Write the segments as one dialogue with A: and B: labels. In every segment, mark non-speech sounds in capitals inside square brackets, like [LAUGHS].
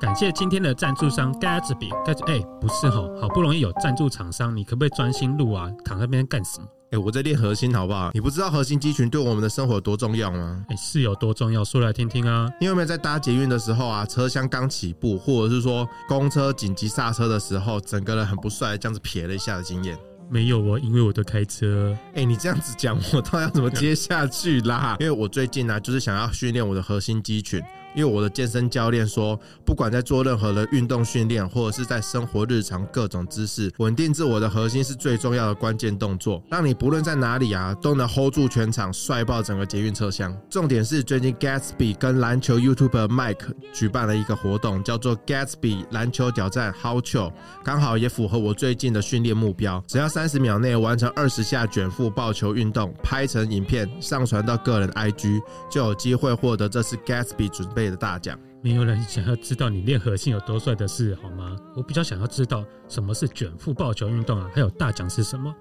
A: 感谢今天的赞助商 Gatsby。Gats 哎、不是吼，好不容易有赞助厂商，你可不可以专心录啊？躺在那边干什么？
B: 哎、我在练核心好不好？你不知道核心肌群对我们的生活有多重要吗？
A: 哎、是有多重要？说来听听啊。
B: 你有没有在搭捷运的时候啊，车厢刚起步，或者是说公车紧急刹车的时候，整个人很不帅，这样子瞥了一下的经验？
A: 没有哦，因为我都开车。
B: 哎、你这样子讲，我到底要怎么接下去啦？因为我最近呢、啊，就是想要训练我的核心肌群。因为我的健身教练说，不管在做任何的运动训练，或者是在生活日常各种姿势，稳定自我的核心是最重要的关键动作，让你不论在哪里啊，都能 hold 住全场，帅爆整个捷运车厢。重点是最近 Gatsby 跟篮球 YouTuber Mike 举办了一个活动，叫做 Gatsby 篮球挑战 How 球，刚好也符合我最近的训练目标，只要三十秒内完成二十下卷腹抱球运动，拍成影片上传到个人 IG，就有机会获得这次 Gatsby 准备的大奖。
A: 没有人想要知道你练核心有多帅的事，好吗？我比较想要知道什么是卷腹抱球运动啊，还有大奖是什么？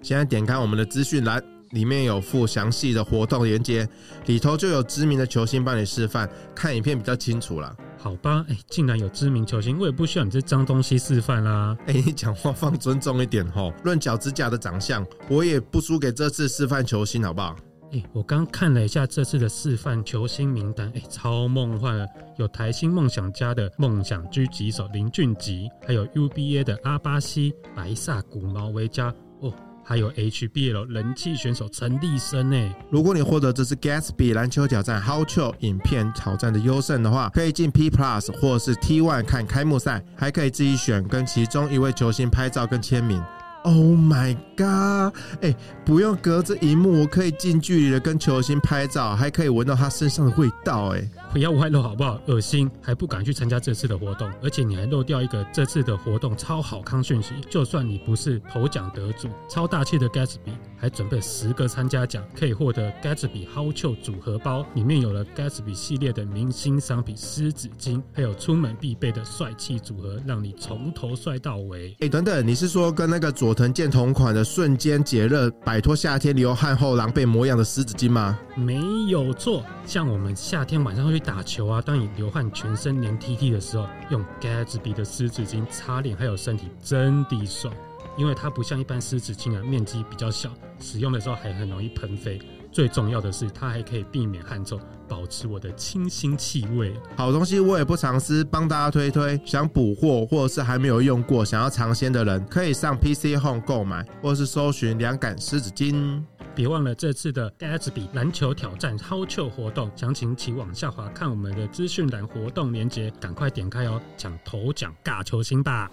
B: 现在点开我们的资讯栏，里面有附详细的活动连接，里头就有知名的球星帮你示范，看影片比较清楚啦。 [LAUGHS]
A: 好吧，哎、竟然有知名球星，我也不需要你这脏东西示范啦。
B: 哎、你讲话放尊重一点吼。论脚趾甲的长相，我也不输给这次示范球星，好不好？
A: 哎、我刚看了一下这次的示范球星名单，哎、超梦幻了！有台新梦想家的梦想狙击手林俊杰，还有 UBA 的阿巴西、白萨古毛维加，哦，还有 HBL 人气选手陈立生呢。
B: 如果你获得这次 Gatsby 篮球挑战 How c h o 影片挑战的优胜的话，可以进 P Plus 或是 T One 看开幕赛，还可以自己选跟其中一位球星拍照跟签名。Oh my god！哎、不用隔着荧幕，我可以近距离的跟球星拍照，还可以闻到他身上的味道、哎，
A: 不要外露好不好？恶心，还不敢去参加这次的活动，而且你还漏掉一个这次的活动超好康讯息。就算你不是头奖得主，超大气的 Gatsby 还准备十个参加奖，可以获得 Gatsby How c h o 组合包，里面有了 Gatsby 系列的明星商品湿纸巾，还有出门必备的帅气组合，让你从头帅到尾。
B: 哎、等等，你是说跟那个佐藤健同款的瞬间解热、摆脱夏天流汗后狼狈模样的湿纸巾吗？
A: 没有错，像我们夏天晚上会去打球啊，当你流汗全身黏 T T 的时候，用 Gatsby 的湿纸巾擦脸还有身体，真的爽。因为它不像一般湿纸巾啊，面积比较小，使用的时候还很容易喷飞。最重要的是，它还可以避免汗臭，保持我的清新气味。
B: 好东西我也不藏私，帮大家推推。想补货或者是还没有用过、想要尝鲜的人，可以上 PC Home 购买，或是搜寻凉感湿纸巾。
A: 别忘了这次的 Gatsby 篮球挑战超球活动，详情请往下滑看我们的资讯栏活动链接，赶快点开哦，抢头奖尬球星吧！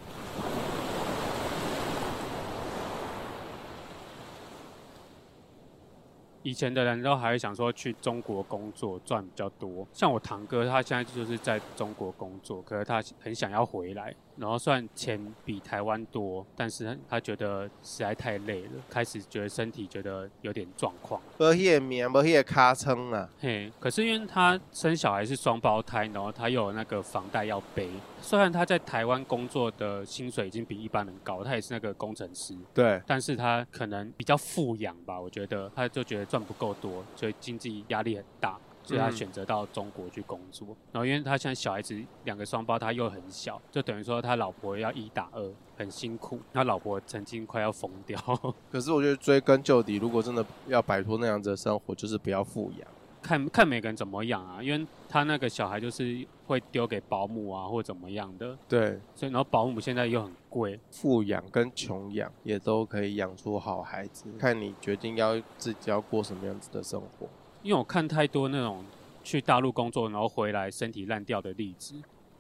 C: 以前的人都还会想说去中国工作赚比较多，像我堂哥他现在就是在中国工作，可是他很想要回来，然后虽然钱比台湾多，但是他觉得实在太累了，开始觉得身体觉得有点状况。
B: 无迄个名，无迄个卡称啊！
C: 嘿，可是因为他生小孩是双胞胎，然后他又有那个房贷要背，虽然他在台湾工作的薪水已经比一般人高，他也是那个工程师，
B: 对，
C: 但是他可能比较富养吧，我觉得他就觉得赚不够多，所以经济压力很大，所以他
B: 嗯
C: 选择到中国去工作。然后因为他现在小孩子两个双胞，他又很小，就等于说他老婆要一打二，很辛苦。他老婆曾经快要疯掉， [LAUGHS]
B: 可是我觉得追根究底，如果真的要摆脱那样子的生活，就是不要富养。
C: 看看每个人怎么样啊，因为他那个小孩就是会丢给保姆啊或怎么样的，
B: 对，
C: 所以然后保姆现在又很贵，
B: 富养跟穷养也都可以养出好孩子，看你决定要自己要过什么样子的生活。
C: 因为我看太多那种去大陆工作然后回来身体烂掉的例子，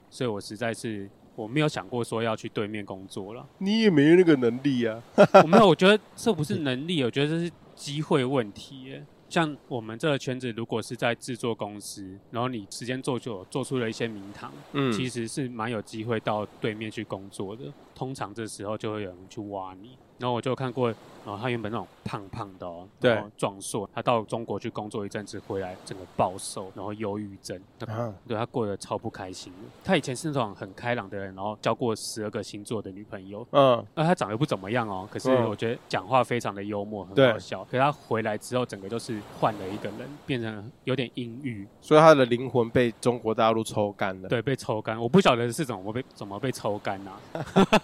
C: 所以我实在是我没有想过说要去对面工作了。
B: 你也没有那个能力啊。
C: 我没有，我觉得这不是能力，我觉得这是机会问题耶。像我们这个圈子，如果是在制作公司，然后你时间做久了，做出了一些名堂，
B: 嗯
C: 其实是蛮有机会到对面去工作的。通常这时候就会有人去挖你，然后我就有看过，然后他原本那种胖胖的哦，
B: 对
C: 然后壮硕，他到中国去工作一阵子回来，整个暴瘦，然后忧郁症，他
D: 啊，
C: 对他过得超不开心的。他以前是那种很开朗的人，然后交过十二个星座的女朋友。
B: 嗯，
C: 那呃他长得不怎么样哦，可是
B: 嗯
C: 我觉得讲话非常的幽默，很
B: 对
C: 好笑。可是他回来之后，整个就是换了一个人，变成有点阴郁，
B: 所以他的灵魂被中国大陆抽干了。，
C: 对，被抽干。我不晓得是怎么被怎么被抽干啊。 [LAUGHS]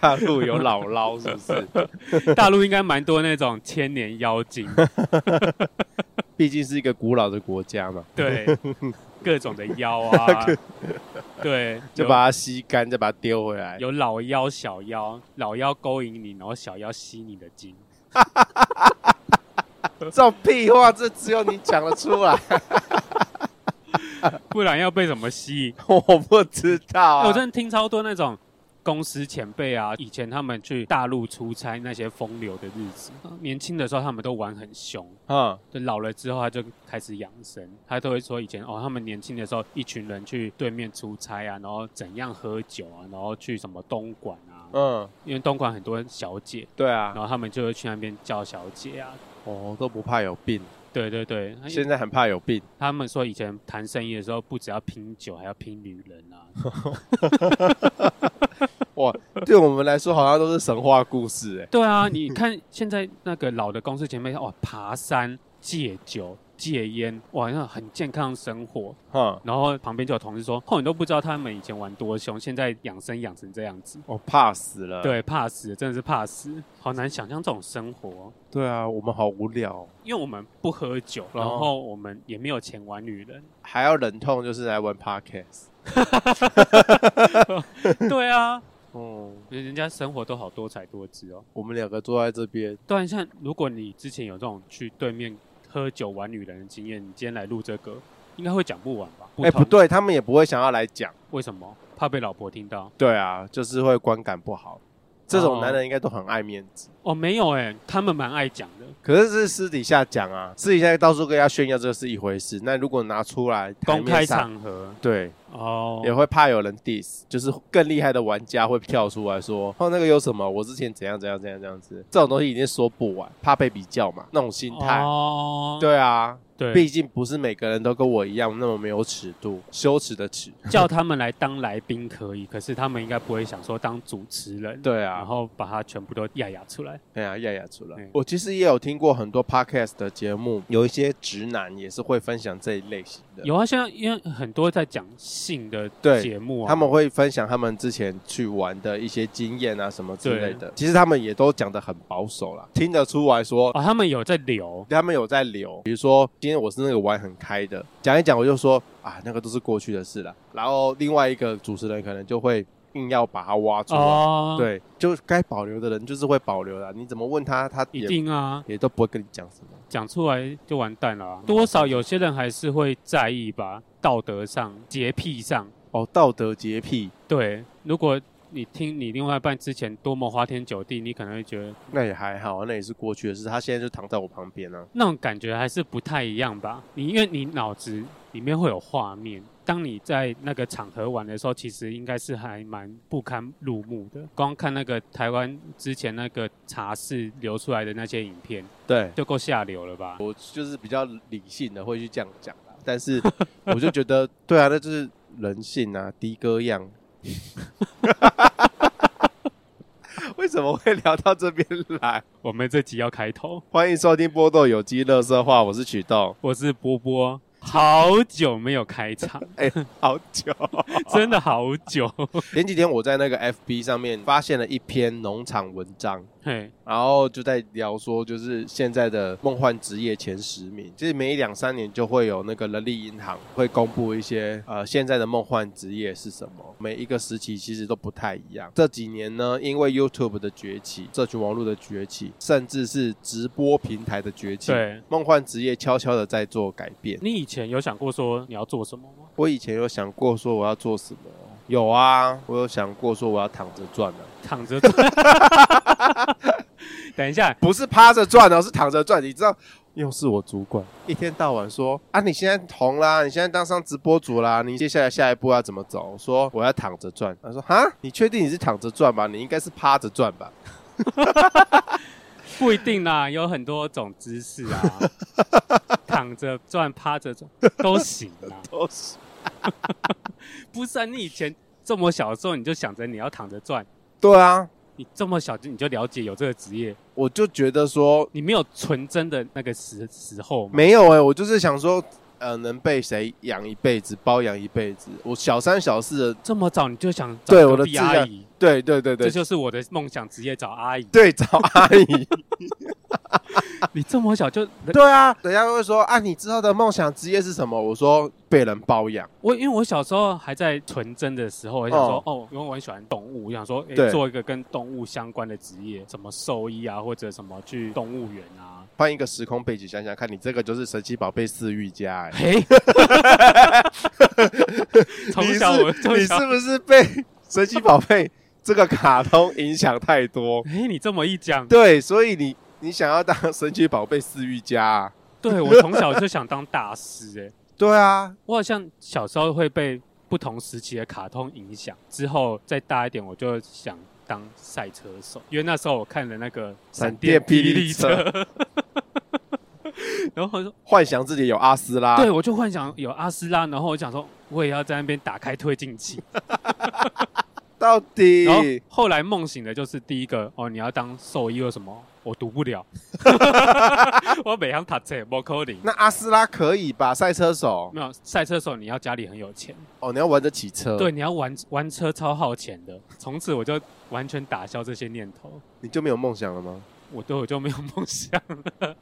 B: 大陆有姥姥是不
C: [LAUGHS]
B: 是？
C: 大陆应该蛮多那种千年妖
B: [LAUGHS]
C: 精，
B: 毕竟是一个古老的国家嘛，
C: 对，各种的妖
B: [LAUGHS]
C: 啊，对，
B: 就把它吸干，再把它丢回来。
C: 有有老妖、小妖，老妖勾引你，然后小妖吸你的精。
B: 这种屁话，这只有你讲得出
C: [LAUGHS]
B: 来，
C: 不然要被什么吸？
B: 我不知道、
C: 哎
B: 啊。
C: 我真的听超多那种公司前辈啊，以前他们去大陆出差那些风流的日子，年轻的时候他们都玩很凶。
B: 嗯，
C: 就老了之后，他就开始养生。他都会说以前哦，他们年轻的时候，一群人去对面出差啊，然后怎样喝酒啊，然后去什么东莞啊，
B: 嗯，
C: 因为东莞很多小姐，
B: 对
C: 然
B: 啊，
C: 后他们就会去那边叫小姐啊。
B: 哦，都不怕有病，
C: 对对对，
B: 现在很怕有病。
C: 他们说以前谈生意的时候，不只要拼酒，还要拼女人啊。
B: 哇，对我们来说好像都是神话故事哎、
C: 对啊，你看现在那个老的公司前辈，哇，爬山、戒酒、戒烟，哇，那很健康的生活。
B: 哼，
C: 然后旁边就有同事说：“哦，你都不知道他们以前玩多凶，现在养生养成这样子。
B: 我、哦怕死了。
C: 对，怕死，真的是怕死，好难想象这种生活哦。
B: 对啊，我们好无聊哦、
C: 因为我们不喝酒，然后我们也没有钱玩女人。
B: 还要忍痛就是来玩 podcast。
C: 对啊，
B: 哦、
C: 人家生活都好多彩多姿哦。
B: 我们两个坐在这边，
C: 对啊，像如果你之前有这种去对面喝酒玩女人的经验，你今天来录这个，应该会讲不完吧？
B: 哎、
C: 同
B: 不，对，他们也不会想要来讲。
C: 为什么？怕被老婆听到？
B: 对啊，就是会观感不好。这种
C: 哦
B: 男人应该都很爱面子，
C: 哦，没有哎、他们蛮爱讲的。
B: 可是是私底下讲啊，私底下到处跟人家炫耀这是一回事。那如果拿出来台面
C: 公开
B: 上，
C: 场合
B: 对，
C: 哦，
B: 也会怕有人 diss，就是更厉害的玩家会跳出来说：“哦，那个有什么？我之前怎样怎样怎样这样子。”这种东西已经说不完，怕被比较嘛，那种心态。
C: 哦，
B: 对啊，
C: 对，
B: 毕竟不是每个人都跟我一样那么没有尺度，羞耻的耻。
C: 叫他们来当来宾可以，可是他们应该不会想说当主持人，、
B: 对
C: 然
B: 啊，
C: 后把它全部都压压出来。
B: 哎呀，亚亚出来
C: 嗯。
B: 我其实也有听过很多 podcast 的节目，有一些直男也是会分享这一类型的。
C: 有啊，现在因为很多在讲性的
B: 对
C: 节目啊，
B: 他们会分享他们之前去玩的一些经验啊，什么之类的。其实他们也都讲得很保守啦，听得出来说
C: 哦，他们有在聊，
B: 他们有在留，比如说今天我是那个玩很开的，讲一讲我就说啊，那个都是过去的事了。然后另外一个主持人可能就会硬要把它挖出来，
C: 哦，，
B: 对，就该保留的人就是会保留啦。你怎么问他，他
C: 一
B: 也
C: 定啊，
B: 也都不会跟你讲什么。
C: 讲出来就完蛋了啊、多少有些人还是会在意吧，道德上、洁癖上，
B: 哦，道德洁癖，
C: 对，如果你听你另外一半之前多么花天酒地，你可能会觉得
B: 那也还好，那也是过去的事。他现在就躺在我旁边啊。
C: 那种感觉还是不太一样吧？你因为你脑子里面会有画面，当你在那个场合玩的时候，其实应该是还蛮不堪入目的。光看那个台湾之前那个茶室流出来的那些影片，
B: 对
C: 就够下流了吧？
B: 我就是比较理性的会去这样讲啦，但 [LAUGHS] 是我就觉得，对啊，那就是人性啊，的哥 [LAUGHS] 样。为什么会聊到这边来？
C: 我们这集要开头，
B: 欢迎收听波豆有机乐色话，我是曲豆。
C: 我是波波，好久没有开场，
B: 好久，
C: 真的好久。
B: 前几天我在那个 FB 上面发现了一篇农场文章，
C: 嘿，
B: 然后就在聊说，就是现在的梦幻职业前十名，就是每两三年就会有那个人力银行会公布一些呃现在的梦幻职业是什么，每一个时期其实都不太一样。这几年呢，因为 YouTube 的崛起、社群网络的崛起，甚至是直播平台的崛起，
C: 对
B: 梦幻职业悄悄的在做改变。
C: 你以前有想过说你要做什么吗？
B: 我以前有想过说我要做什么，有啊，我有想过说我要躺着赚的、
C: 躺着做。 [LAUGHS] 等一下，
B: 不是趴着赚哦，是躺着赚。你知道，又是我主管，一天到晚说啊，你现在红啦，你现在当上直播主啦，你接下来下一步要怎么走？我说我要躺着赚。他说哈，你确定你是躺着赚吗？你应该是趴着赚吧。
C: 不一定啦，有很多种姿势啊，
B: [LAUGHS]
C: 躺着转、趴着转都行啦。
B: 都是
C: 不是啊，你以前这么小的时候，你就想着你要躺着转，
B: 对啊，
C: 你这么小就你就了解有这个职业，
B: 我就觉得说
C: 你没有纯真的那个时时候吗？
B: 没有哎、我就是想说，呃，能被谁养一辈子，包养一辈子。我小三小四的，
C: 这么早你就想找
B: 对我
C: 隔
B: 的
C: 壁
B: 志
C: 阿
B: 向
C: 姨，
B: 对对对
C: 这
B: 对，
C: 就是我的梦想职业，找阿姨。
B: 对找阿姨，
C: 你这么小就，
B: [LAUGHS] 对啊，人家会说啊，你之后的梦想职业是什么？我说被人包养，
C: 我因为我小时候还在纯真的时候，我想说，哦，因为我很喜欢动物，我想说，哎、
B: 对
C: 做一个跟动物相关的职业，什么兽医啊，或者什么去动物园
B: [LAUGHS]
C: 啊，
B: 换一个时空背景想想看，你这个就是神奇宝贝饲育家、欸，
C: [LAUGHS] 嘿，从
B: 你是
C: 小我从
B: 你
C: 小
B: 是，不是被神奇宝贝这个卡通影响太多？ [LAUGHS]
C: 哎、你这么一讲，
B: 对，所以你你想要当神奇宝贝饲育家、啊？
C: 对我从小就想当大师、哎，
B: 对啊，
C: 我好像小时候会被不同时期的卡通影响，之后再大一点，我就想当赛车手，因为那时候我看了那个《
B: 闪
C: 电
B: 电霹雳
C: 雳
B: 车》
C: [LAUGHS] 然后我说，
B: 幻想自己有阿斯拉，
C: 对我就幻想有阿斯拉，然后我想说，我也要在那边打开推
B: [LAUGHS]
C: 进器。
B: 到
C: 然后
B: 底
C: 后来梦醒的就是第一个哦，你要当兽医或什么，我读
B: [LAUGHS]
C: 不了，我每行读册不可能。
B: 那阿斯拉可以吧？赛车手
C: 没有赛车手，你要家里很有钱，
B: 哦，你要玩得起车，
C: 对，，你要玩玩车超耗钱的。从此我就完全打消这些念头，
B: 你就没有梦想了吗？
C: 我对我就没有梦
B: [LAUGHS]
C: 想了。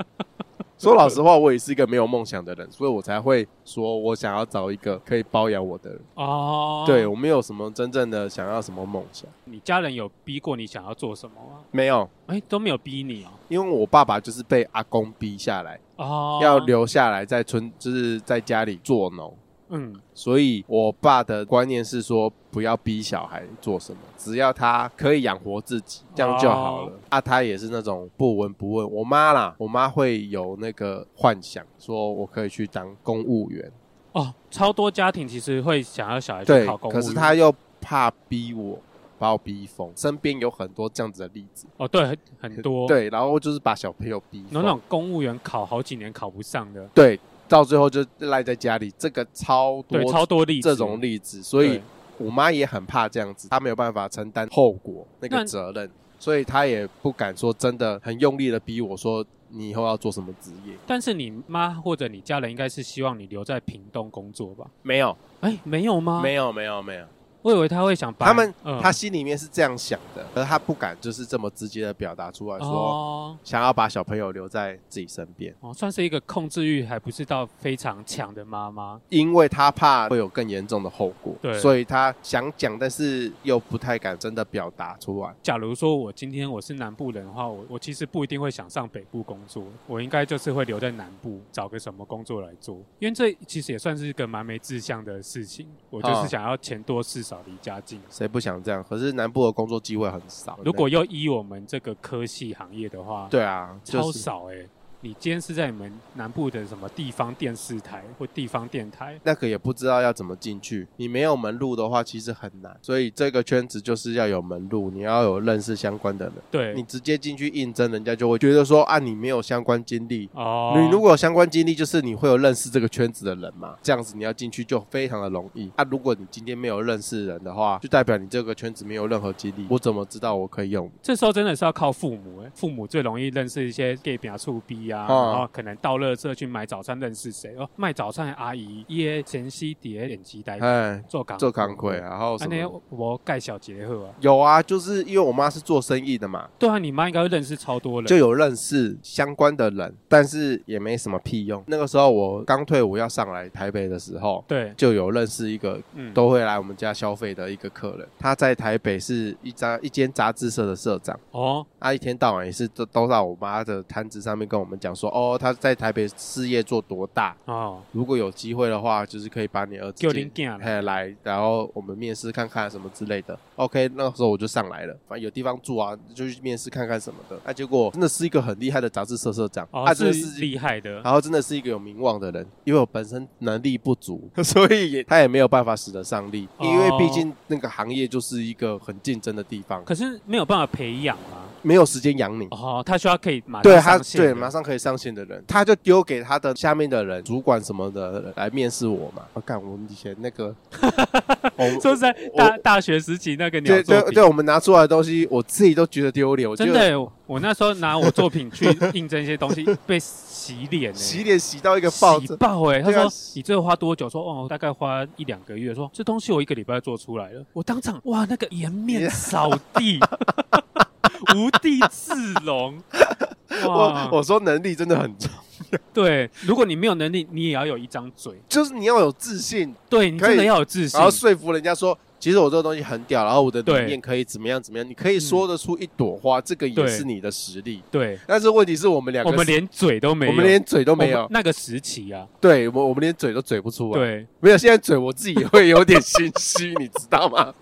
B: 说老实话，我也是一个没有梦想的人，所以我才会说我想要找一个可以包养我的人。
C: 哦，
B: 对，我没有什么真正的想要什么梦想，
C: 你家人有逼过你想要做什么吗？
B: 没有，
C: 哎，都没有逼你哦。
B: 因为我爸爸就是被阿公逼下来，
C: 哦，
B: 要留下来在村，就是在家里做农。
C: 嗯，
B: 所以，我爸的观念是说，不要逼小孩做什么，只要他可以养活自己，这样就好
C: 哦
B: 了。啊，他也是那种不闻不问。我妈啦，我妈会有那个幻想，说我可以去当公务员，
C: 哦，超多家庭其实会想要小孩去
B: 对
C: 考公，务
B: 可
C: 员，
B: 是他又怕逼我，把我逼疯。身边有很多这样子的例子，
C: 哦，对，很很多，，
B: 对，然后就是把小朋友逼
C: 那
B: 疯，
C: 种公务员考好几年考不上的，
B: 对，到最后就赖在家里，这个超多
C: 对，超多例子，
B: 这种例子，所以
C: 对
B: 我妈也很怕这样子，她没有办法承担后果那
C: 那
B: 个责任，所以她也不敢说真的很用力的逼我说你以后要做什么职业。
C: 但是你妈或者你家人应该是希望你留在屏东工作吧？
B: 没有，
C: 哎，没有吗？
B: 没，有，没有，没有。
C: 我以为他会想把
B: 他们
C: 嗯
B: 她心里面是这样想的，可是她不敢就是这么直接的表达出来说，
C: 哦
B: 想要把小朋友留在自己身边，
C: 哦，算是一个控制欲还不是到非常强的妈妈。
B: 因为她怕会有更严重的后果
C: 对，
B: 所以她想讲，但是又不太敢真的表达出来。
C: 假如说我今天我是南部人的话，我我其实不一定会想上北部工作，我应该就是会留在南部找个什么工作来做，因为这其实也算是一个蛮没志向的事情。我就是
B: 哦
C: 想要钱多事少离家近。
B: 谁不想这样？可是南部的工作机会很少。
C: 如果又依我们这个科系行业的话，
B: 哦对啊，就
C: 超
B: 是
C: 少哎、你今天是在你们南部的什么地方电视台或地方电台？
B: 那个也不知道要怎么进去。你没有门路的话，其实很难。所以这个圈子就是要有门路，你要有认识相关的人。你
C: 对，
B: 直接进去应征，人家就会觉得说啊，你没有相关经历。
C: 哦，
B: 你如果有相关经历，就是你会有认识这个圈子的人嘛，这样子你要进去就非常的容易。啊，如果你今天没有认识人的话，就代表你这个圈子没有任何经历。我怎么知道我可以用你？
C: 这时候真的是要靠父母、欸，父母最容易认识一些 gay 比啊、醋逼啊，
B: 嗯
C: 然后可能到乐社去买早餐认识谁哦，卖早餐的阿姨耶，前西碟演技代
B: 哎，
C: 做港
B: 做扛魁，，然后
C: 那
B: 什
C: 那
B: 么？
C: 我我盖小杰赫啊，
B: 有啊，就是因为我妈是做生意的嘛，
C: 对啊，你妈应该会认识超多人，
B: 就有认识相关的人，但是也没什么屁用。那个时候我刚退伍要上来台北的时候，
C: 对，
B: 就有认识一个
C: 嗯，
B: 都会来我们家消费的一个客人，他在台北是一家一间杂志社的社长。
C: 哦，
B: 他一天到晚也是都都到我妈的摊子上面跟我们讲说，哦，他在台北事业做多大，
C: 哦，
B: 如果有机会的话，就是可以把你儿子
C: 叫
B: 接
C: 恁囝来
B: 嘿来，然后我们面试看看什么之类的。OK，那时候我就上来了，反正有地方住啊，就去面试看看什么的。那、啊结果真的是一个很厉害的杂志社社长，
C: 哦、
B: 啊，真
C: 是
B: 的是
C: 厉害的，
B: 然后真的是一个有名望的人，因为我本身能力不
C: [LAUGHS]
B: 足，所以也他也没有办法使得上力，
C: 哦
B: 因为毕竟那个行业就是一个很竞争的地方，
C: 可是没有办法培养啊，
B: 没有时间养你。
C: 哦，他需要可以马
B: 对
C: 上
B: 他
C: 上线的
B: 对啊马上可以上线的人，他就丢给他的下面的人、主管什么的来面试我嘛。我、哦干，我们以前那个， [LAUGHS] 我们
C: 说实在大大学时期那个鸟
B: 对
C: 作
B: 对
C: 品
B: 对，，我们拿出来的东西，我自己都觉得丢脸。我觉
C: 真
B: 得
C: 的，我那时候拿我作品去应征一些东
B: [LAUGHS]
C: 西，被洗脸欸呢，
B: 洗脸洗到一个爆
C: 洗
B: 炸，
C: 爆哎、他
B: 对啊
C: 说你最后花多久？说哦，大概花一两个月。说这东西我一个礼拜做出来了，我当场哇，那个颜面扫
B: [LAUGHS]
C: 地，无地自容。哇
B: 我，我说能力真的很重，
C: 对，如果你没有能力，你也要有一张嘴，
B: [LAUGHS] 就是你要有自信，
C: 对你
B: 可以
C: 真的要有自信
B: 然。后说服人家说，其实我这个东西很屌，然后我的
C: 对
B: 理念可以怎么样怎么样，你可以说得出一朵花，这个也
C: 对
B: 是你的实力。
C: 对，
B: 但是问题是我们两个
C: 我
B: 是，
C: 们连嘴都没有，
B: 我们连嘴都
C: 都
B: 没有，
C: 那个时期啊，
B: 对我我们连嘴都嘴不出来。，
C: 对
B: 没有，现在嘴我自己也会有点心虚，你知道
C: [LAUGHS]
B: 吗？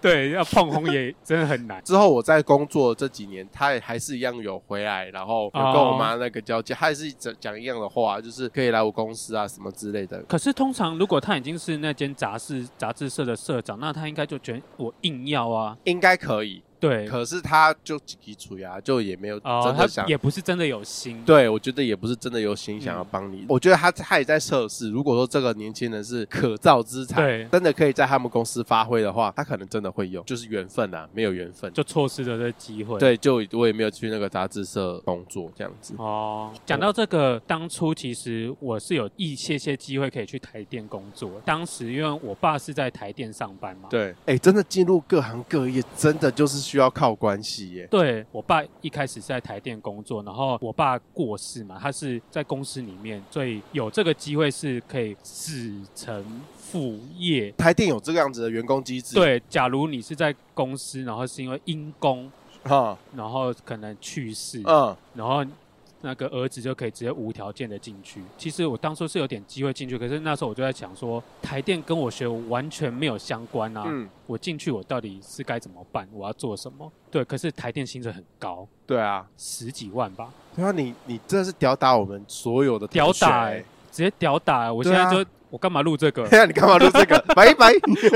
C: 对，要碰红也真的很难。
B: 之后我在工作这几年，他也还是一样有回来，然后
C: 哦
B: 有跟我妈那个交接，他还是讲讲一样的话，就是可以来我公司啊什么之类的。
C: 可是通常如果他已经是那间杂志杂志社的社长，那他应该就觉得我硬要啊，
B: 应该可以，
C: 对，
B: 可是他就几基础呀，啊就也没有
C: 哦
B: 真，的
C: 他
B: 想
C: 也嗯不是真的有心，
B: 对，我觉得也不是真的有心想要帮你。我觉得他他也在测试，如果说这个年轻人是可造之材
C: 对，
B: 真的可以在他们公司发挥的话，他可能真的会用，就是缘分啊，没有缘分。
C: 就错失了这机会。，
B: 对，就我也没有去那个杂志社工作这样子。
C: 哦，讲到这个，当初其实我是有一些些机会可以去台电工作，当时因为我爸是在台电上班嘛，
B: 对，哎、真的进入各行各业，真的就是需要靠关系耶。
C: 对我爸一开始是在台电工作，然后我爸过世嘛，他是在公司里面，所以有这个机会是可以子承父业，
B: 台电有这个样子的员工机制，
C: 对，假如你是在公司，然后是因为因公，
B: 哈，
C: 然后可能去世，
B: 嗯，
C: 然后那个儿子就可以直接无条件的进去。其实我当初是有点机会进去，可是那时候我就在想说，台电跟我学完全没有相关啊，
B: 嗯，
C: 我进去我到底是该怎么办？我要做什么？对，可是台电薪水很高，
B: 对啊，
C: 十几万吧，
B: 对啊，你你真的是吊打我们所有的
C: 屌
B: 同学
C: 打、欸
B: 耶，，
C: 直接屌打、欸！我现
B: 对
C: 在
B: 啊
C: 就、我干嘛录这个？
B: 对啊，你干嘛录
C: [LAUGHS]
B: 这个？拜拜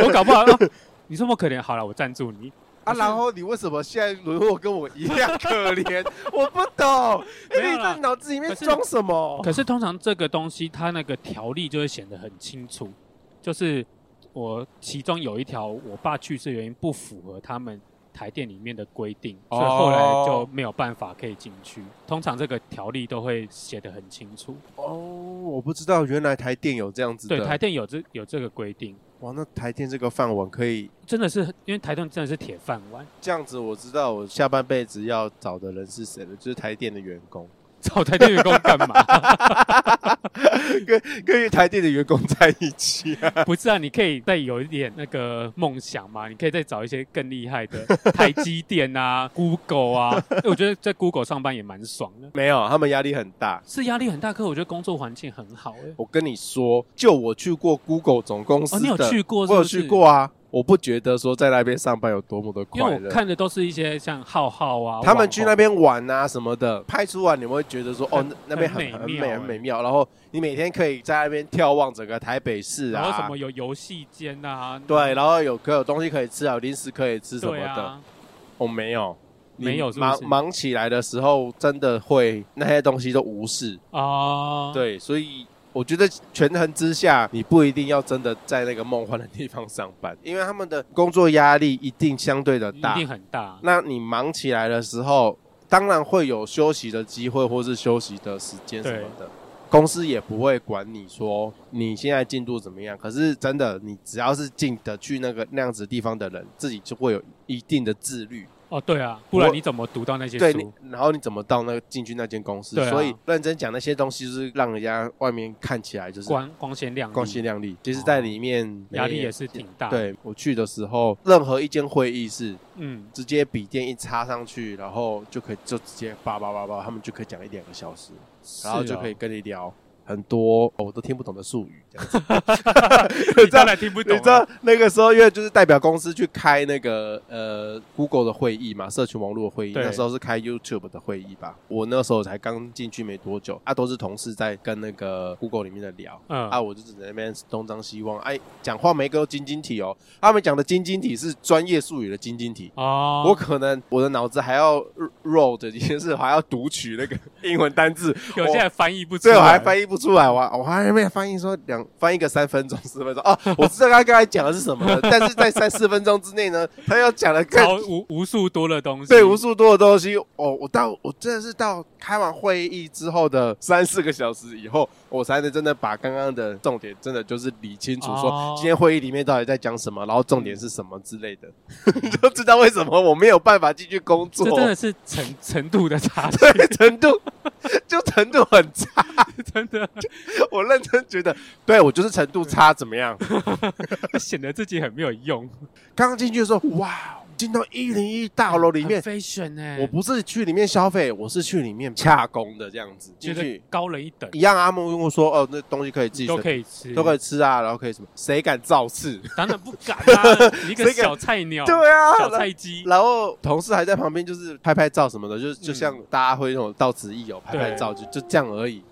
C: 我搞不好、啊、你这么可怜，好了，我赞助你。
B: 啊！然后你为什么现在沦落跟我一样可怜？我不懂，哎
C: 没有
B: 你
C: 啦
B: 在脑子里面
C: 可是
B: 装什么？
C: 可是通常这个东西，它那个条例就会显得很清楚，就是我其中有一条，我爸去世原因不符合他们台电里面的规定，所以后来就没有办法可以进去。通常这个条例都会写得很清楚，
B: 哦，我不知道，原来台电有这样子的。
C: 对，台电有这有这个规定，
B: 哇，那台电这个饭碗可以
C: 真的是因为台电真的是铁饭碗，
B: 这样子，我知道我下半辈子要找的人是谁了，就是台电的员工，
C: 找台电员工干嘛？
B: 跟
C: [LAUGHS]
B: 跟台电的员工在一起啊。
C: 不是啊，你可以再有一点那个梦想嘛，你可以再找一些更厉害的，台积电
B: [LAUGHS]
C: 啊、Google 啊，哎我觉得在 Google 上班也蛮爽的。
B: [LAUGHS] 没有，他们压力很大。
C: 是压力很大，可我觉得工作环境很好哎、
B: 我跟你说，就我去过 Google 总公司的，
C: 哦，你有去过是
B: 我有
C: 不是
B: 去，过啊。我不觉得说在那边上班有多么的
C: 因
B: 快
C: 为
B: 乐
C: 我，看的都是一些像浩浩啊，
B: 他们去那
C: 网
B: 边玩啊什么的，拍出来你们会觉得说，哦，
C: 很
B: 那那边很很
C: 很美
B: 美
C: 妙
B: 很
C: 欸
B: 美妙。然后你每天可以在那边眺望整个台北市
C: 红，
B: 啊，
C: 然后什么有游戏间啊，
B: 对，然后有可有东西可以吃啊，有零食可以吃什么
C: 对
B: 的。
C: 啊，
B: 哦，没有，你
C: 没有是不
B: 忙
C: 是
B: 忙起来的时候，真的会那些东西都无视。
C: 啊，
B: 对，所以我觉得权衡之下，你不一定要真的在那个梦幻的地方上班，因为他们的工作压力一定相对的
C: 一
B: 大
C: 定。很大，
B: 那你忙起来的时候，当然会有休息的机会或是休息的时间什么的。公司也不会管你说你现在进度怎么样，可是真的，你只要是进得去那个那样子地方的人，自己就会有一定的自律。
C: 哦对啊，不然
B: 我
C: 你怎么读到那些
B: 对，
C: 书？
B: 你然后你怎么到那个进去那间公司？
C: 对啊
B: 所以认真讲那些东西，就是让人家外面看起来就是
C: 光光鲜亮丽，
B: 光鲜亮丽，其实在里面没
C: 哦压力也是挺大，，
B: 对我去的时候，任何一间会议室，
C: 嗯，
B: 直接笔电一插上去，然后就可以就直接叭叭叭叭，他们就可以讲一两个小时，然后
C: 是
B: 就
C: 哦
B: 可以跟你聊。很多哦我都听不懂的术语，这样
C: [LAUGHS]
B: 子。
C: 你当然听不
B: [LAUGHS] 你
C: 懂
B: 知道
C: 啊。
B: 那个时候，因为就是代表公司去开那个呃 Google 的会议嘛，社群网络的会议，
C: 对
B: 那时候是开 YouTube 的会议吧。我那时候才刚进去没多久，啊，都是同事在跟那个 Google 里面的聊。
C: 嗯
B: 啊，我就只能在那边东张西望，哎，讲话每个都晶晶体哦。他们讲的晶晶体是专业术语的晶晶体，
C: 哦，
B: 我可能我的脑子还要 roll 的，就是还要读取那个英文单字，
C: 有些还翻译不出
B: 所以
C: 来，
B: 我还翻译不出来，我还我还没翻译说两翻译个三分钟四分钟哦，我知道他刚才讲的是什么了，但是在三四分钟之内呢，他要讲的更
C: 超无无数多的东西，
B: 对无数多的东西，哦，我到我真的是到开完会议之后的三四个小时以后，我才能真的把刚刚的重点真的就是理清楚，
C: 哦
B: 说今天会议里面到底在讲什么，然后重点是什么之类的，你 [LAUGHS] 就知道为什么我没有办法继续工
C: 嗯这
B: 作，
C: 真的是程程度的差距，
B: 对 [LAUGHS] 程度就程度很差。
C: [LAUGHS] 真的
B: [LAUGHS] 我认真觉得，对我就是程度差，怎么样？
C: [LAUGHS] 显得自己很没有用。
B: 刚刚进去的时候，哇，进到一零一大楼里面，
C: 飞选呢，
B: 我不是去里面消费，我是去里面洽工的这样子
C: 觉
B: 进
C: 得
B: 去。
C: 高人一等
B: 一，样，阿木跟我说：“哦，那东西可以自己
C: 都可
B: 以
C: 以吃，
B: 都可
C: 以，
B: 以吃啊，然后可以什么？谁敢造次？
C: 当然不敢啦，你一个
B: [LAUGHS] 谁敢
C: 小菜
B: [LAUGHS]
C: 鸟，
B: 对啊，
C: 哦小菜鸡，
B: 然后同事还在旁边就是拍拍照什么的，就是就像大家会那种到此一游拍拍照，就就这样而已。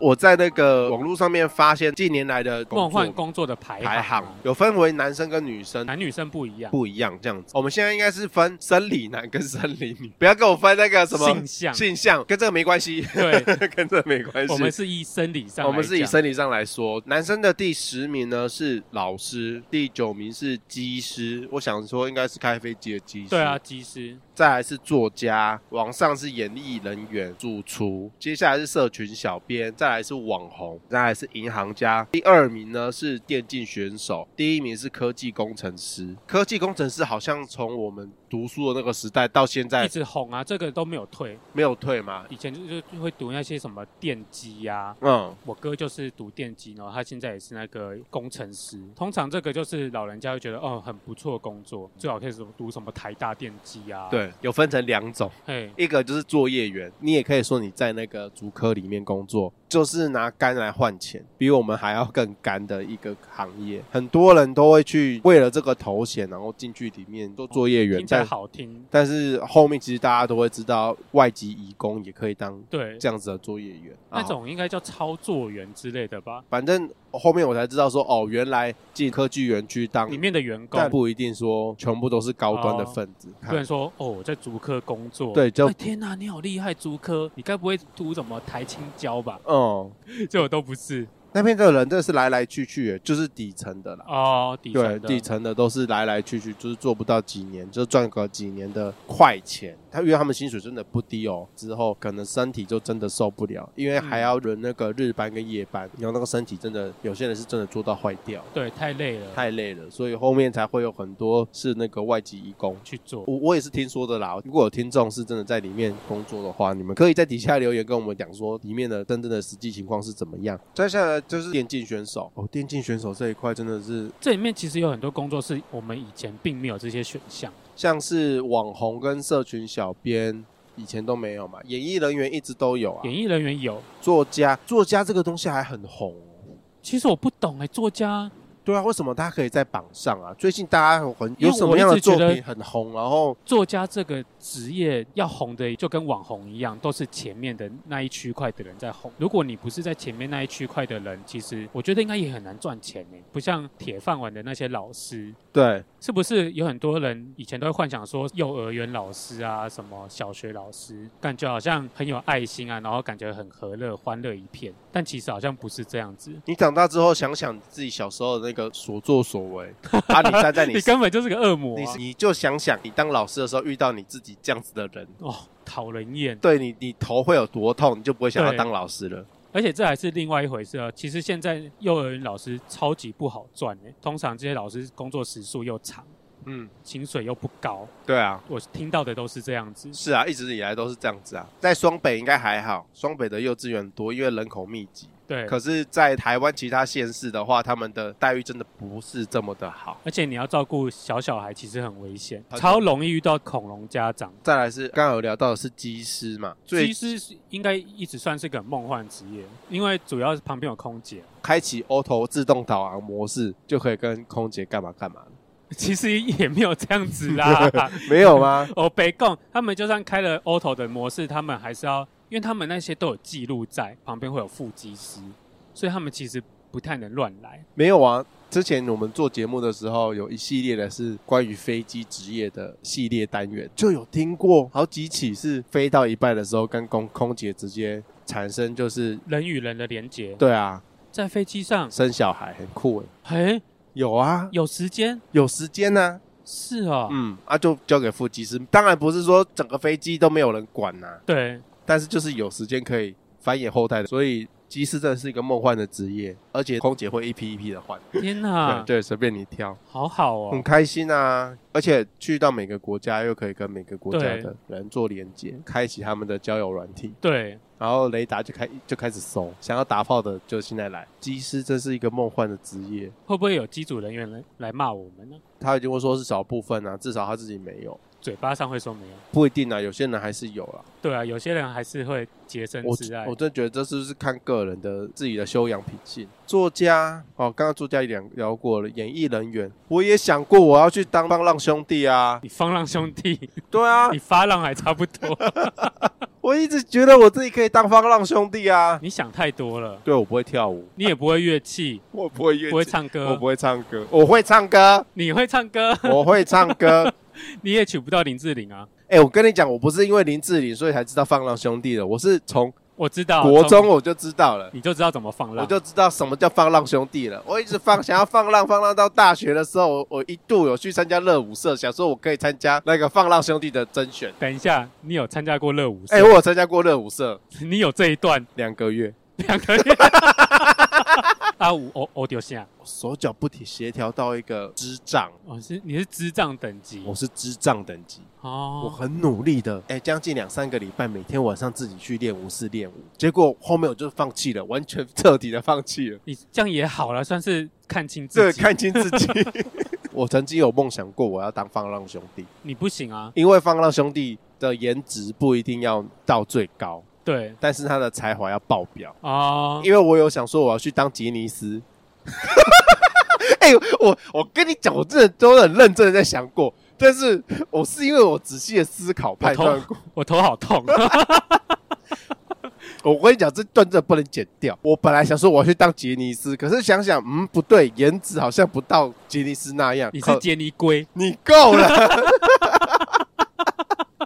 B: 我在那个网络上面发现近年来的
C: 梦幻
B: 工
C: 工作的排
B: 作排行
C: 行，
B: 有分为男生跟女生。
C: 男女生不一样，
B: 不一样，这样子。我们现在应该是分生理男跟生理女，不要跟我分那个什么
C: 性向，
B: 性向，跟这个没关系， [LAUGHS]
C: 对，
B: 跟这个没关系。
C: 我们是以生理上来讲，
B: 我们是以生理上来说，男生的第十名呢是老师，第九名是机师，我想说应该是开飞机的机师。
C: 对啊，，技师
B: 再来是作家，往上是演艺人员、主厨，接下来是社群小编，再来是网红，再来是银行家。第二名呢是电竞选手，第一名是科技工程师。科技工程师好像从我们读书的那个时代到现
C: 一
B: 在
C: 直红啊，这个都没有退。
B: 没有退嘛？
C: 以前就就就会读那些什么电机啊呀、
B: 嗯，
C: 我哥就是读电机，然后他现在也是那个工程师。通常这个就是老人家会觉得，哦，很不错的工作，最好可以什么读什么台大电机啊。，
B: 对，有分成两种。
C: 嘿，
B: 一个就是作业员，你也可以说你在那个竹科里面工作，就是拿肝来换钱，比我们还要更干的一个行业。很多人都会去为了这个头衔，然后进去里面做作业员
C: 听，起来
B: 但
C: 好听。
B: 但是后面其实大家都会知道，外籍移工也可以当
C: 对，
B: 这样子的作业员。
C: 那
B: 啊
C: 种应该叫操作员之类的吧，
B: 反正后面我才知道说，哦，原来进科技园区当
C: 里，面哦的员工
B: 但不一定说全部都是高端的分子。
C: 不能说哦，我在竹科工作。
B: 对就
C: 哎天哪、你好厉害，竹科，你该不会读什么台青交吧？ [LAUGHS]
B: 哦、
C: 这我都不是
B: 那边的人真的是来来去去，就是底层的啦。
C: 哦，底
B: 对
C: 层，的
B: 底层的都是来来去去，就是做不到几年，就赚个几年的快钱。他因为他们薪水真的不低哦，之后可能身体就真的受不了，因为还要轮那个日班跟夜班，然后那个身体真的有些人是真的做到坏掉，
C: 对，太累了，
B: 太累了，所以后面才会有很多是那个外籍义工。
C: 去做。
B: 我我也是听说的啦。如果有听众是真的在里面工作的话，你们可以在底下留言跟我们讲说里面的真正的实际情况是怎么样。再下来就是电竞选手哦，电竞选手这一块真的是
C: 这里面其实有很多工作是我们以前并没有这些选项，
B: 像是网红跟社群小编。以前都没有嘛，演艺人员一直都有啊。
C: 演艺人员有。
B: 作家，作家这个东西还很红哦、
C: 其实我不懂哎、作家
B: 对啊，为什么他可以在榜上啊？最近大家有很
C: 因为
B: 有什么样
C: 我一
B: 的
C: 直觉
B: 作
C: 得
B: 品很红，然后
C: 作家这个职业要红的，就跟网红一样，都是前面的那一区块的人在红。如果你不是在前面那一区块的人，其实我觉得应该也很难赚钱呢、欸不像铁饭碗的那些老师，
B: 对
C: 是不是有很多人以前都会幻想说幼儿园老师啊，什么小学老师，感觉好像很有爱心啊，然后感觉很和乐、欢乐一片，但其实好像不是这样子。
B: 你长大之后想想自己小时候的那个所作所
C: [LAUGHS]
B: 为啊，你站在你
C: 你根本就是个恶魔、
B: 你
C: 啊，
B: 你就想想你当老师的时候遇到你自己这样子的人，
C: 哦，讨人厌。
B: 对你你头会有多痛，你就不会想要
C: 对
B: 当老师了。
C: 而且这还是另外一回事啊。其实现在幼儿园老师超级不好赚诶、通常这些老师工作时数又长，
B: 嗯，
C: 薪水又不高，
B: 对啊，
C: 我听到的都是这样子。
B: 是啊，一直以来都是这样子啊。在双北应该还好，双北的幼稚园多，因为人口密集。
C: 对，
B: 可是，在台湾其他县市的话，他们的待遇真的不是这么的好。
C: 而且你要照顾小小孩，其实很危险，
B: 很
C: 超容易遇到恐龙家长。
B: 再来是刚刚有聊到的是机师嘛，
C: 其
B: 最
C: 实是应该一直算是个梦幻职业，因为主要是旁边有空姐，
B: 开启 auto 自动导航模式就可以跟空姐干嘛干嘛了，
C: 其实也没有这样子啦。
B: 没有吗？
C: 哦，北贡他们就算开了 auto 的模式，他们还是要，因为他们那些都有记录在，旁边会有副机师，所以他们其实不太能乱来。
B: 没有啊。之前我们做节目的时候，有一系列的是关于飞机职业的系列单元，就有听过好几起是飞到一半的时候跟空空姐直接产生就是，
C: 人与人的连接，
B: 对啊，
C: 在飞机上，
B: 生小孩很酷诶。欸
C: 哎，
B: 有啊，
C: 有时间
B: 有时间呢、
C: 是哦，
B: 嗯，啊，就交给副机师。当然不是说整个飞机都没有人管呐、啊
C: 对，
B: 但是就是有时间可以繁衍后代的，所以机师真的是一个梦幻的职业，而且空姐会一批一批的换，
C: 天哪，
B: 对对，随便你挑，
C: 好好
B: 很
C: 哦，
B: 开心啊！而且去到每个国家又可以跟每个国家
C: 对
B: 的人做连接，开启他们的交友软体，
C: 对，
B: 然后雷达就开就开始搜，想要打炮的就现在来。机师真是一个梦幻的职业，
C: 会不会有机组人员来来骂我们呢？
B: 他已经会说是少部分啊，至少他自己没有，
C: 嘴巴上会说没有，
B: 不一定啊，有些人还是有啦。
C: 对啊，有些人还是会洁身
B: 我
C: 自爱
B: 我，真的觉得这是不是看个人的自己的修养品性。作家哦，刚刚作家也聊聊过了，演艺人员，我也想过我要去当浪浪兄弟啊。
C: 你风浪兄弟， [LAUGHS]
B: 对啊
C: 你，发浪还差不多，
B: 我一直觉得我自己可以当方浪兄弟啊。
C: 你想太多了，
B: 对，我不会跳舞，
C: 你也不会乐器，
B: 我不会 [LAUGHS] 乐器，
C: 不会唱
B: 我
C: 歌
B: 不，会唱歌，我会唱歌，
C: 你会唱歌，
B: 我会唱歌。
C: 你也娶不到林志玲啊。
B: 哎、我跟你讲，我不是因为林志玲所以才知道放浪兄弟的，我是从
C: 我知道，
B: 国中
C: 啊从
B: 我就知道了。
C: 你就知道怎么放浪，
B: 我就知道什么叫放浪兄弟了。我一直放，想要放浪，放浪到大学的时候，我我一度有去参加热舞社，想说我可以参加那个放浪兄弟的甄选。
C: 等一下，你有参加过热舞社？
B: 哎、我有参加过热舞社
C: 你有这一段 [LAUGHS]
B: 两个月，
C: 两个月 [LAUGHS] 啊，我我我丢下，
B: 我手脚不体协调到一个智障，
C: 我是你是智障等级
B: 我是智障等级。我
C: 哦，
B: 很努力的，哎、将近两三个礼拜，每天晚上自己去练舞室练舞，结果后面我就放弃了，完全彻底的放弃了。
C: 你这样也好了，算是看清
B: 这
C: 自己。
B: 看清自己， [LAUGHS] 我曾经有梦想过我要当放浪兄弟，
C: 你不行啊，
B: 因为放浪兄弟的颜值不一定要到最高，
C: 对
B: 但是他的才华要爆表。
C: 哦，
B: 因为我有想说我要去当杰尼斯。 [LAUGHS] 哎、我我跟你讲，我真的都很认真的在想过，但是我是因为我仔细的思考判断过。
C: [LAUGHS] 我头
B: [LAUGHS]
C: 好痛，
B: 我跟你讲，这段真的不能剪掉。我本来想说我要去当杰尼斯，可是想想，嗯，不对，颜值好像不到杰尼斯那样。
C: 你是
B: 可
C: 杰尼龟。
B: 你够了。 [LAUGHS]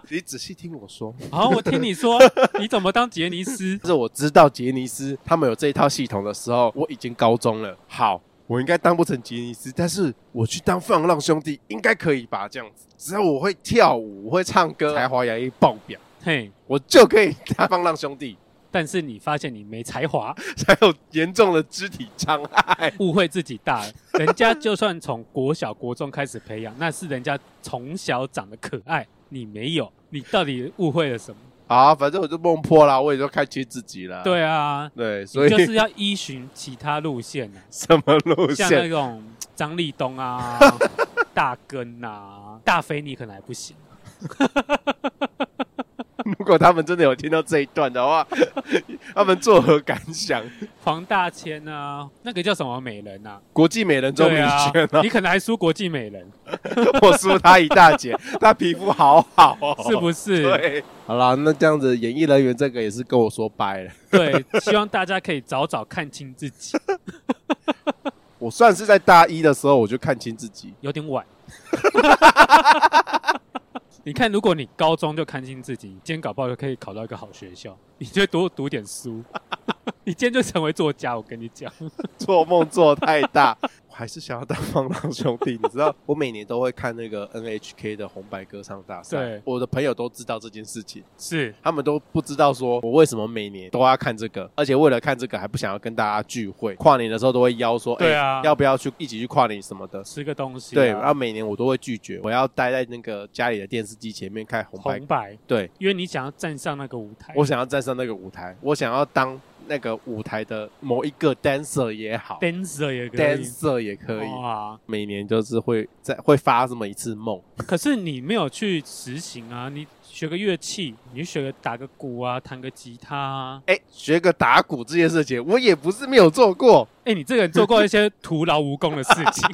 B: 你仔细听我说，
C: 好，哦我听你说，你怎么当杰尼斯？
B: 但是我知道杰尼斯他们有这一套系统的时候，我已经高中了。好，我应该当不成杰尼斯，但是我去当放浪兄弟应该可以吧？这样子，只要我会跳舞，我会唱歌，才华洋溢爆表，
C: 嘿，
B: 我就可以当放浪兄弟。
C: 但是你发现你没才华，
B: 才有严重的肢体伤害，
C: 误会自己大了。人家 [LAUGHS] 就算从国小、国中开始培养，那是人家从小长得可爱，你没有，你到底误会了什么？
B: [LAUGHS] 好啊，反正我就梦破啦，我也就看清自己了。
C: 对啊，
B: 对，所
C: 你
B: 以、
C: 就是要依循其他路线啊，
B: [LAUGHS] 什么路
C: 像那
B: 线？
C: 种张立
B: [LAUGHS]
C: 东啊、大根啊、大肥你可能还不行。
B: 如果他们真的有听到这一段的话， [LAUGHS] 他们作何感想？
C: 黄大千啊，那个叫什么美人啊？
B: 国际美人钟明
C: 对
B: 轩
C: 啊
B: 啊，，
C: 你可能还输国际美人，
B: [LAUGHS] 我输他一大 [LAUGHS] 截，他皮肤好好哦，
C: 是不是？
B: 对，好啦，那这样子，演艺人员这个也是跟我说掰了。
C: 对，希望大家可以早早看清自己，
B: [LAUGHS] 我算是在大一的时候我就看清自己，
C: 有点晚。 [LAUGHS] 你看，如果你高中就看清自己，你今天搞不好就可以考到一个好学校， [LAUGHS] 你就多读点书， [LAUGHS] 你今天就成为作家。我跟你讲，
B: 做梦做太大， [LAUGHS] 我还是想要当放浪兄弟。你知道，我每年都会看那个 NHK 的红白歌唱大赛
C: 对，
B: 我的朋友都知道这件事情，
C: 是
B: 他们都不知道说我为什么每年都要看这个，而且为了看这个还不想要跟大家聚会，跨年的时候都会邀说，
C: 对
B: 哎
C: 啊
B: 要不要去一起去跨年什么的。
C: 吃个东西啊、
B: 对，然后每年我都会拒绝，我要待在那个家里的电视机前面看红白。
C: 红白，
B: 对，
C: 因为你想要站上那个舞台。
B: 我想要站上那个舞台，我想要当那个舞台的某一个 dancer 也好
C: dancer 也可以
B: ，dancer 也可以，
C: 哇！
B: 每年就是会在会发这么一次梦。
C: 可是你没有去实行啊，你学个乐器，你学个打个鼓啊，弹个吉他啊。
B: 哎，学个打鼓这件事情，我也不是没有做过。
C: 哎，你这个人做过一些徒劳无功的事情，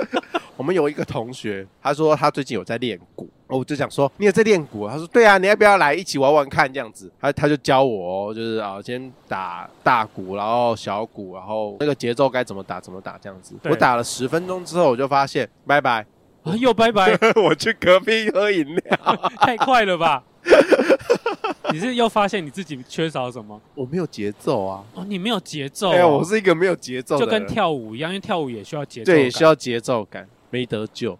B: [LAUGHS] 我们有一个同学，他说他最近有在练鼓，哦我就想说你也在练鼓啊，他说对啊，你要不要来一起玩玩看这样子？他他就教我、哦，就是啊，先打大鼓，然后小鼓，然后那个节奏该怎么打怎么打这样子。
C: 对
B: 我打了十分钟之后，我就发现拜
C: [LAUGHS]
B: 拜，
C: 啊又拜拜，
B: 我去隔壁喝饮料，
C: [LAUGHS] 太快了吧？你是又发现你自己缺少什么？
B: 我没有节奏啊，
C: 哦，你没有节奏哦、
B: 哎呀，我是一个没有节奏的
C: 就
B: 人，
C: 跟跳舞一样，因为跳舞也需要节奏感。
B: 对也需要节奏感，没得救，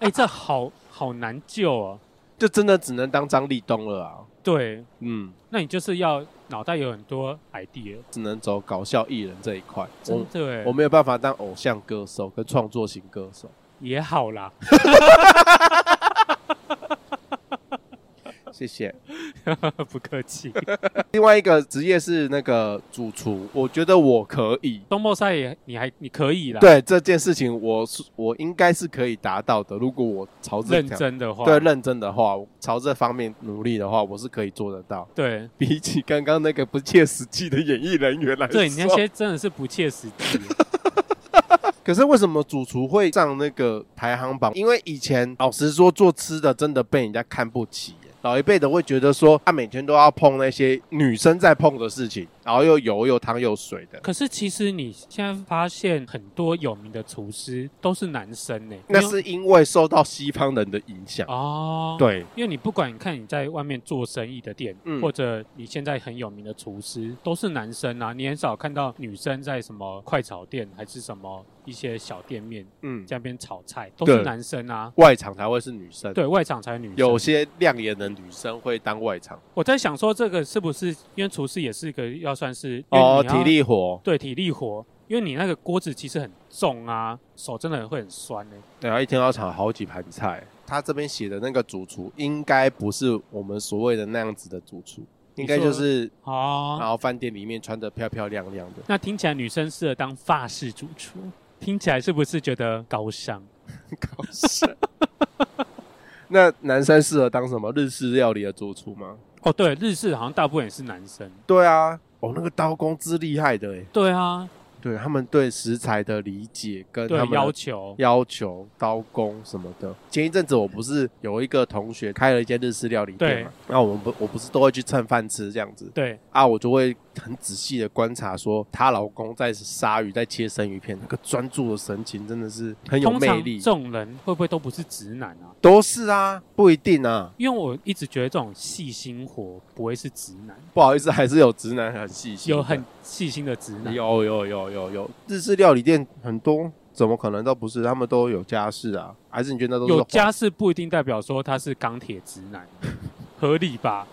C: 哎、这好好难救哦。
B: 就真的只能当张立东了啊，
C: 对，
B: 嗯。
C: 那你就是要脑袋有很多 idea，
B: 只能走搞笑艺人这一块，我
C: 真的哎
B: 我没有办法当偶像歌手跟创作型歌手，
C: 也好啦。
B: [LAUGHS]
C: [LAUGHS]
B: 谢谢。
C: 不客气，
B: 另外一个职业是那个主厨，我觉得我可以。
C: 东莫赛也你还你可以啦。，
B: 对啊这件事情我，是我应该是可以达到的。如果我朝这
C: 认
B: 条
C: 真的话，
B: 对认真的话，朝这方面努力的话，我是可以做得到。
C: 对
B: 比起刚刚那个不切实际的演艺人员来说，
C: 对，你那些真的是不切实际。
B: 可是为什么主厨会上那个排行榜？因为以前老实说，做吃的真的被人家看不起耶。老一辈的会觉得说，啊他、每天都要碰那些女生在碰的事情，然后又油又汤又水的。
C: 可是其实你现在发现很多有名的厨师都是男生呢、欸
B: 那
C: 因为
B: 是因为受到西方人的影响。
C: 哦，，
B: 对，
C: 因为你不管你看你在外面做生意的店，
B: 嗯
C: 或者你现在很有名的厨师，都是男生啊，你很少看到女生在什么快炒店还是什么一些小店面
B: 嗯，
C: 在那边炒菜，都是
B: 对
C: 男生啊。
B: 外场才会是女生，
C: 对外场才有女生，
B: 有些亮眼的女生会当外场。
C: 我在想说，这个是不是因为厨师也是一个要算是因为
B: 哦，
C: 你
B: 体
C: 要
B: 力活，
C: 对体力活，因为你那个锅子其实很重啊，手真的会很酸呢、欸
B: 对啊，一天要炒好几盘菜。他这边写的那个主厨，应该不是我们所谓的那样子的主厨，应该
C: 你说
B: 就是
C: 哦，
B: 然后饭店里面穿的漂漂亮亮的，
C: 那听起来女生适合当法式主厨，听起来是不是觉得高尚？
B: 搞笑。 [LAUGHS] 那男生适合当什么日式料理的主厨吗？
C: 哦，对，日式好像大部分也是男生。
B: 对啊，哦，那个刀工之厉害的哎，
C: 对啊，
B: 对他们对食材的理解跟
C: 对
B: 他们
C: 要
B: 的
C: 求，
B: 要求、刀工什么的。前一阵子我不是有一个同学开了一间日式料理店嘛，那我们不我不是都会去蹭饭吃这样子
C: 对，
B: 啊，我就会很仔细的观察说她老公在杀鱼在切生鱼片，那个专注的神情真的是很有
C: 通
B: 魅
C: 常
B: 力
C: 这。种人会不会都不是直男啊？
B: 都是啊，不一定啊。
C: 因为我一直觉得这种细心活不会是直男，
B: 不好意思，还是有直男很细心的，
C: 有很细心的直男。
B: 有有有有有日式料理店很多，怎么可能都不是？他们都有家室啊，还是你觉得那都是
C: 有家世不一定代表说他是钢铁直男，
B: [LAUGHS]
C: 合理吧？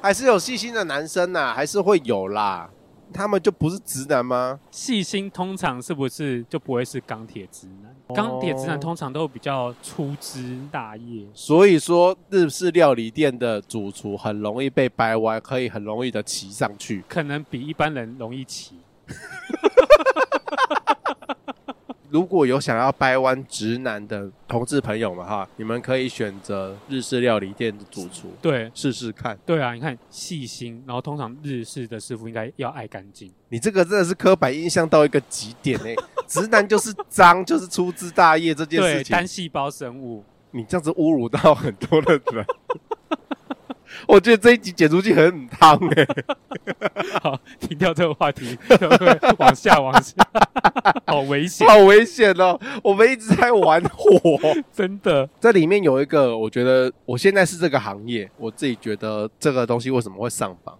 B: 还是有细心的男生呐、还是会有啦。他们就不是直男吗？
C: 细心通常是不是就不会是钢铁直男？钢铁
B: 哦
C: 直男通常都比较粗枝大叶，
B: 所以说日式料理店的主厨很容易被掰弯，可以很容易的骑上去。
C: 可能比一般人容易起。
B: 如果有想要掰弯直男的同志朋友们哈，你们可以选择日式料理店的主厨
C: 对
B: 试试看。
C: 对啊，你看细心，然后通常日式的师傅应该要爱干净。
B: 你这个真的是刻板印象到一个极点哎、 [LAUGHS] 直男就是脏，就是粗枝大叶这件
C: 对，
B: 事情
C: 单，细胞生物， [LAUGHS]
B: 你这样子侮辱到很多的人。 [LAUGHS] 我觉得这一集剪出去很烫哎、
C: 好，停掉这个话题，就会往下往下，好危险，
B: 好危险哦！我们一直在玩火，
C: 真的。
B: 这里面有一个，我觉得我现在是这个行业，我自己觉得这个东西为什么会上榜，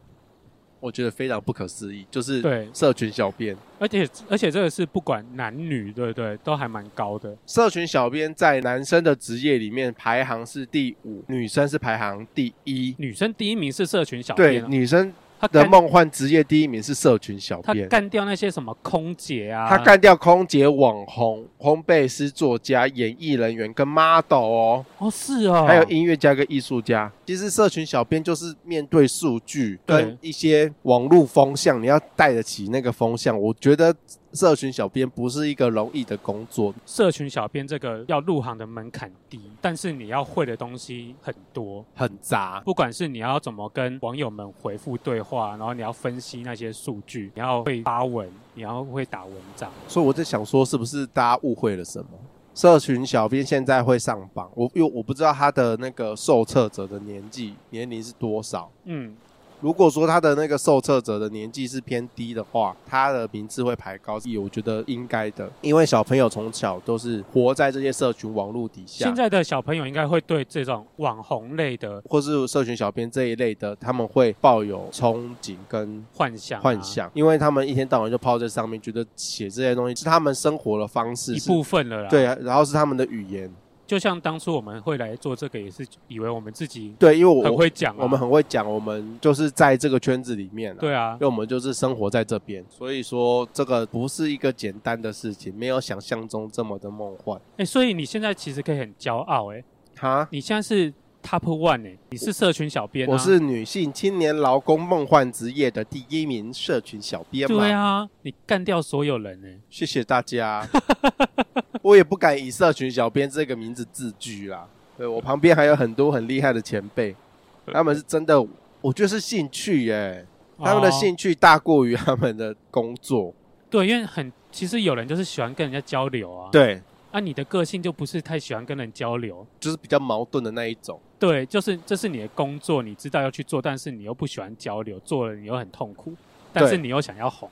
B: 我觉得非常不可思议，就是
C: 对
B: 社群小编。
C: 而且而且这个是不管男女，对不对？都还蛮高的。
B: 社群小编在男生的职业里面排行是第五，女生是排行第一。
C: 女生第一名是社群小
B: 对
C: 编，啊，
B: 女生
C: 他
B: 的
C: 干
B: 梦幻职业第一名是社群小
C: 他
B: 编。
C: 干掉那些什么空姐啊，
B: 他干掉空姐、网红、烘焙师、作家、演艺人员跟 model 哦，
C: 哦是哦，
B: 还有音乐家跟艺术家。其实社群小编就是面对数据
C: 对
B: 跟一些网络风向，你要带得起那个风向。我觉得社群小编不是一个容易的工作，
C: 社群小编这个要入行的门槛低，但是你要会的东西很多，
B: 很杂。
C: 不管是你要怎么跟网友们回复对话，然后你要分析那些数据，你要会发文，你要会打文章，
B: 所以我在想说，是不是大家误会了什么？社群小编现在会上榜，我因为我不知道他的那个受测者的年纪年龄是多少。
C: 嗯，
B: 如果说他的那个受测者的年纪是偏低的话，他的名次会排高，我觉得应该的，因为小朋友从小都是活在这些社群网络底下，
C: 现在的小朋友应该会对这种网红类的
B: 或是社群小编这一类的，他们会抱有憧憬跟
C: 幻想、
B: 幻，想，因为他们一天到晚就泡在上面，觉得写这些东西是他们生活的方式，
C: 一
B: 是
C: 部分了啦。
B: 对，啊，然后是他们的语言，
C: 就像当初我们会来做这个，也是以为我们自己
B: 对，因为我
C: 很会讲、啊，
B: 我们很会讲，我们就是在这个圈子里面、啊，
C: 对啊
B: 因，为我们就是生活在这边，所以说这个不是一个简单的事情，没有想象中这么的梦幻。
C: 哎、所以你现在其实可以很骄傲、哎，
B: 哈，
C: 你现在是 Top One 哎、你是社群小编、啊，
B: 我是女性青年劳工梦幻职业的第一名社群小编嘛，
C: 对啊，你干掉所有人哎、
B: 谢谢大
C: [LAUGHS]
B: 家。我也不敢以社群小编这个名字自居啦，对我旁边还有很多很厉害的前辈，他们是真的，我觉得是兴趣耶、他们的
C: 哦
B: 兴趣大过于他们的工作，
C: 对，因为很其实有人就是喜欢跟人家交流啊，，
B: 对，
C: 啊，你的个性就不是太喜欢跟人交流，
B: 就是比较矛盾的那一种。
C: 对，就是这是你的工作，你知道要去做，但是你又不喜欢交流，做了你又很痛苦，但是你又想要红，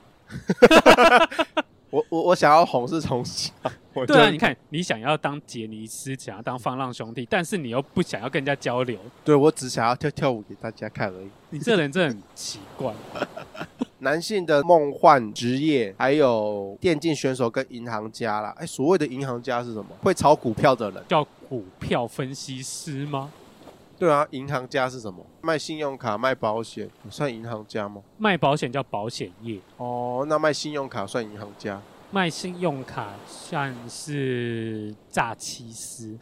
B: 我我我想要红是从小，我
C: 对啊，
B: 就
C: 你，看你想要当杰尼斯，想要当放浪兄弟，但是你又不想要跟人家交流，
B: 对我只想要跳跳舞给大家看而已。
C: 你这人真的很奇怪。
B: 男性的梦幻职业，还有电竞选手跟银行家啦。哎，所谓的银行家是什么？会炒股票的人。
C: 叫股票分析师吗？
B: 对啊，银行家是什么？卖信用卡、卖保险，算银行家吗？
C: 卖保险叫保险业，
B: 哦，那卖信用卡算银行家？
C: 卖信用卡算是诈欺师。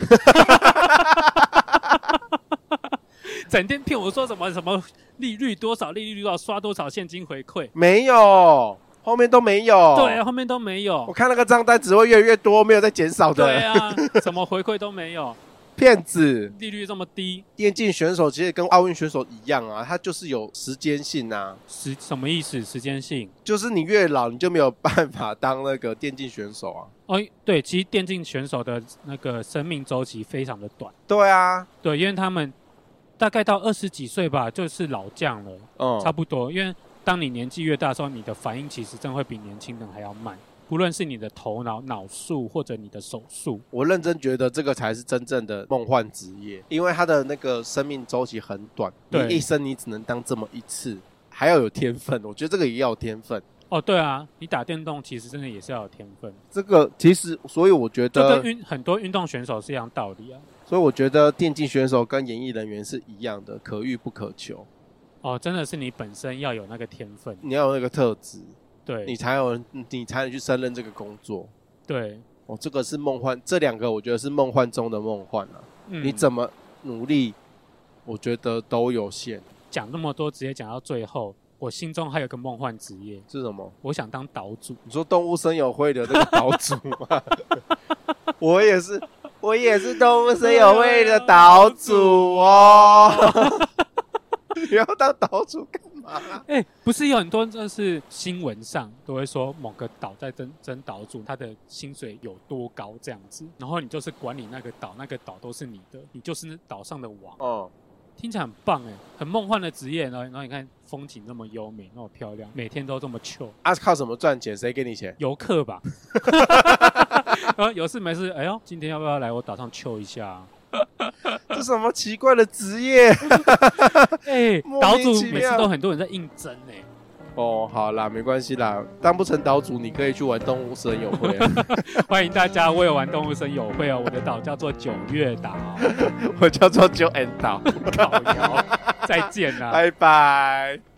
C: 整天骗我说什么什么利率多少，利率多少，刷多少现金回馈，
B: 没有，后面都没有。
C: 对啊，后面都没有
B: 我。看那个账单只会越来越多，没有在减少的。
C: 对啊， [LAUGHS] 什么回馈都没有，
B: 骗子。
C: 利率这么低，
B: 电竞选手其实跟奥运选手一样啊，他就是有时间性啊。
C: 时什么意思？时间性？
B: 就是你越老，你就没有办法当那个电竞选手啊。
C: 哦，对，其实电竞选手的那个生命周期非常的短，
B: 对啊，
C: 对，因为他们大概到二十几岁吧，就是老将了。
B: 嗯，
C: 差不多，因为当你年纪越大的时候，你的反应其实真的会比年轻人还要慢，不论是你的头脑、脑速或者你的手速。
B: 我认真觉得这个才是真正的梦幻职业，因为他的那个生命周期很短，你
C: 对
B: 一生你只能当这么一次，还要有天分。我觉得这个也要有天分。
C: 哦，对啊，你打电动其实真的也是要有天分，
B: 这个其实，所以我觉
C: 就
B: 得，
C: 跟运很多运动选手是一样道理啊。
B: 所以我觉得电竞选手跟演艺人员是一样的，可遇不可求。
C: 哦，真的是你本身要有那个天分，
B: 你要有那个特质，你
C: 对
B: 才有，你才能去胜任这个工作。
C: 对，
B: 哦，这个是梦幻，这两个我觉得是梦幻中的梦幻啊。
C: 嗯
B: 你怎么努力，我觉得都有限。
C: 讲那么多，直接讲到最后，我心中还有个梦幻职业，
B: 是什么？
C: 我想当岛主。
B: 你说动物森友会的那个岛主吗？ [LAUGHS] 我也是，我也是动物森友会的岛主哦。 [LAUGHS] 你要当岛主干嘛？
C: 哎、不是有很多就是新闻上都会说某个岛在争争岛主，他的薪水有多高这样子，然后你就是管理那个岛，那个岛都是你的，你就是那岛上的王，
B: 哦，
C: 听起来很棒哎，很梦幻的职业。然后，然后你看风景那么优美，那么漂亮，每天都这么 chill，
B: 啊，靠什么赚钱？谁给你钱？
C: 游客吧。 [LAUGHS] 然后有事没事，哎呦，今天要不要来我岛上 chill 一下、啊？
B: 这什么奇怪的职业？ [LAUGHS]
C: 哎、
B: 莫名
C: 岛主
B: 其
C: 每
B: 妙
C: 次都很多人在应征哎。
B: 哦，好啦，没关系啦，当不成岛主，你可以去玩动物森友会啊。
C: 欢迎大家，我有玩动物森友会哦，我的岛叫做九月岛。
B: [LAUGHS] 我叫做九 N 岛，
C: 烤窑，再见啦！
B: 拜拜。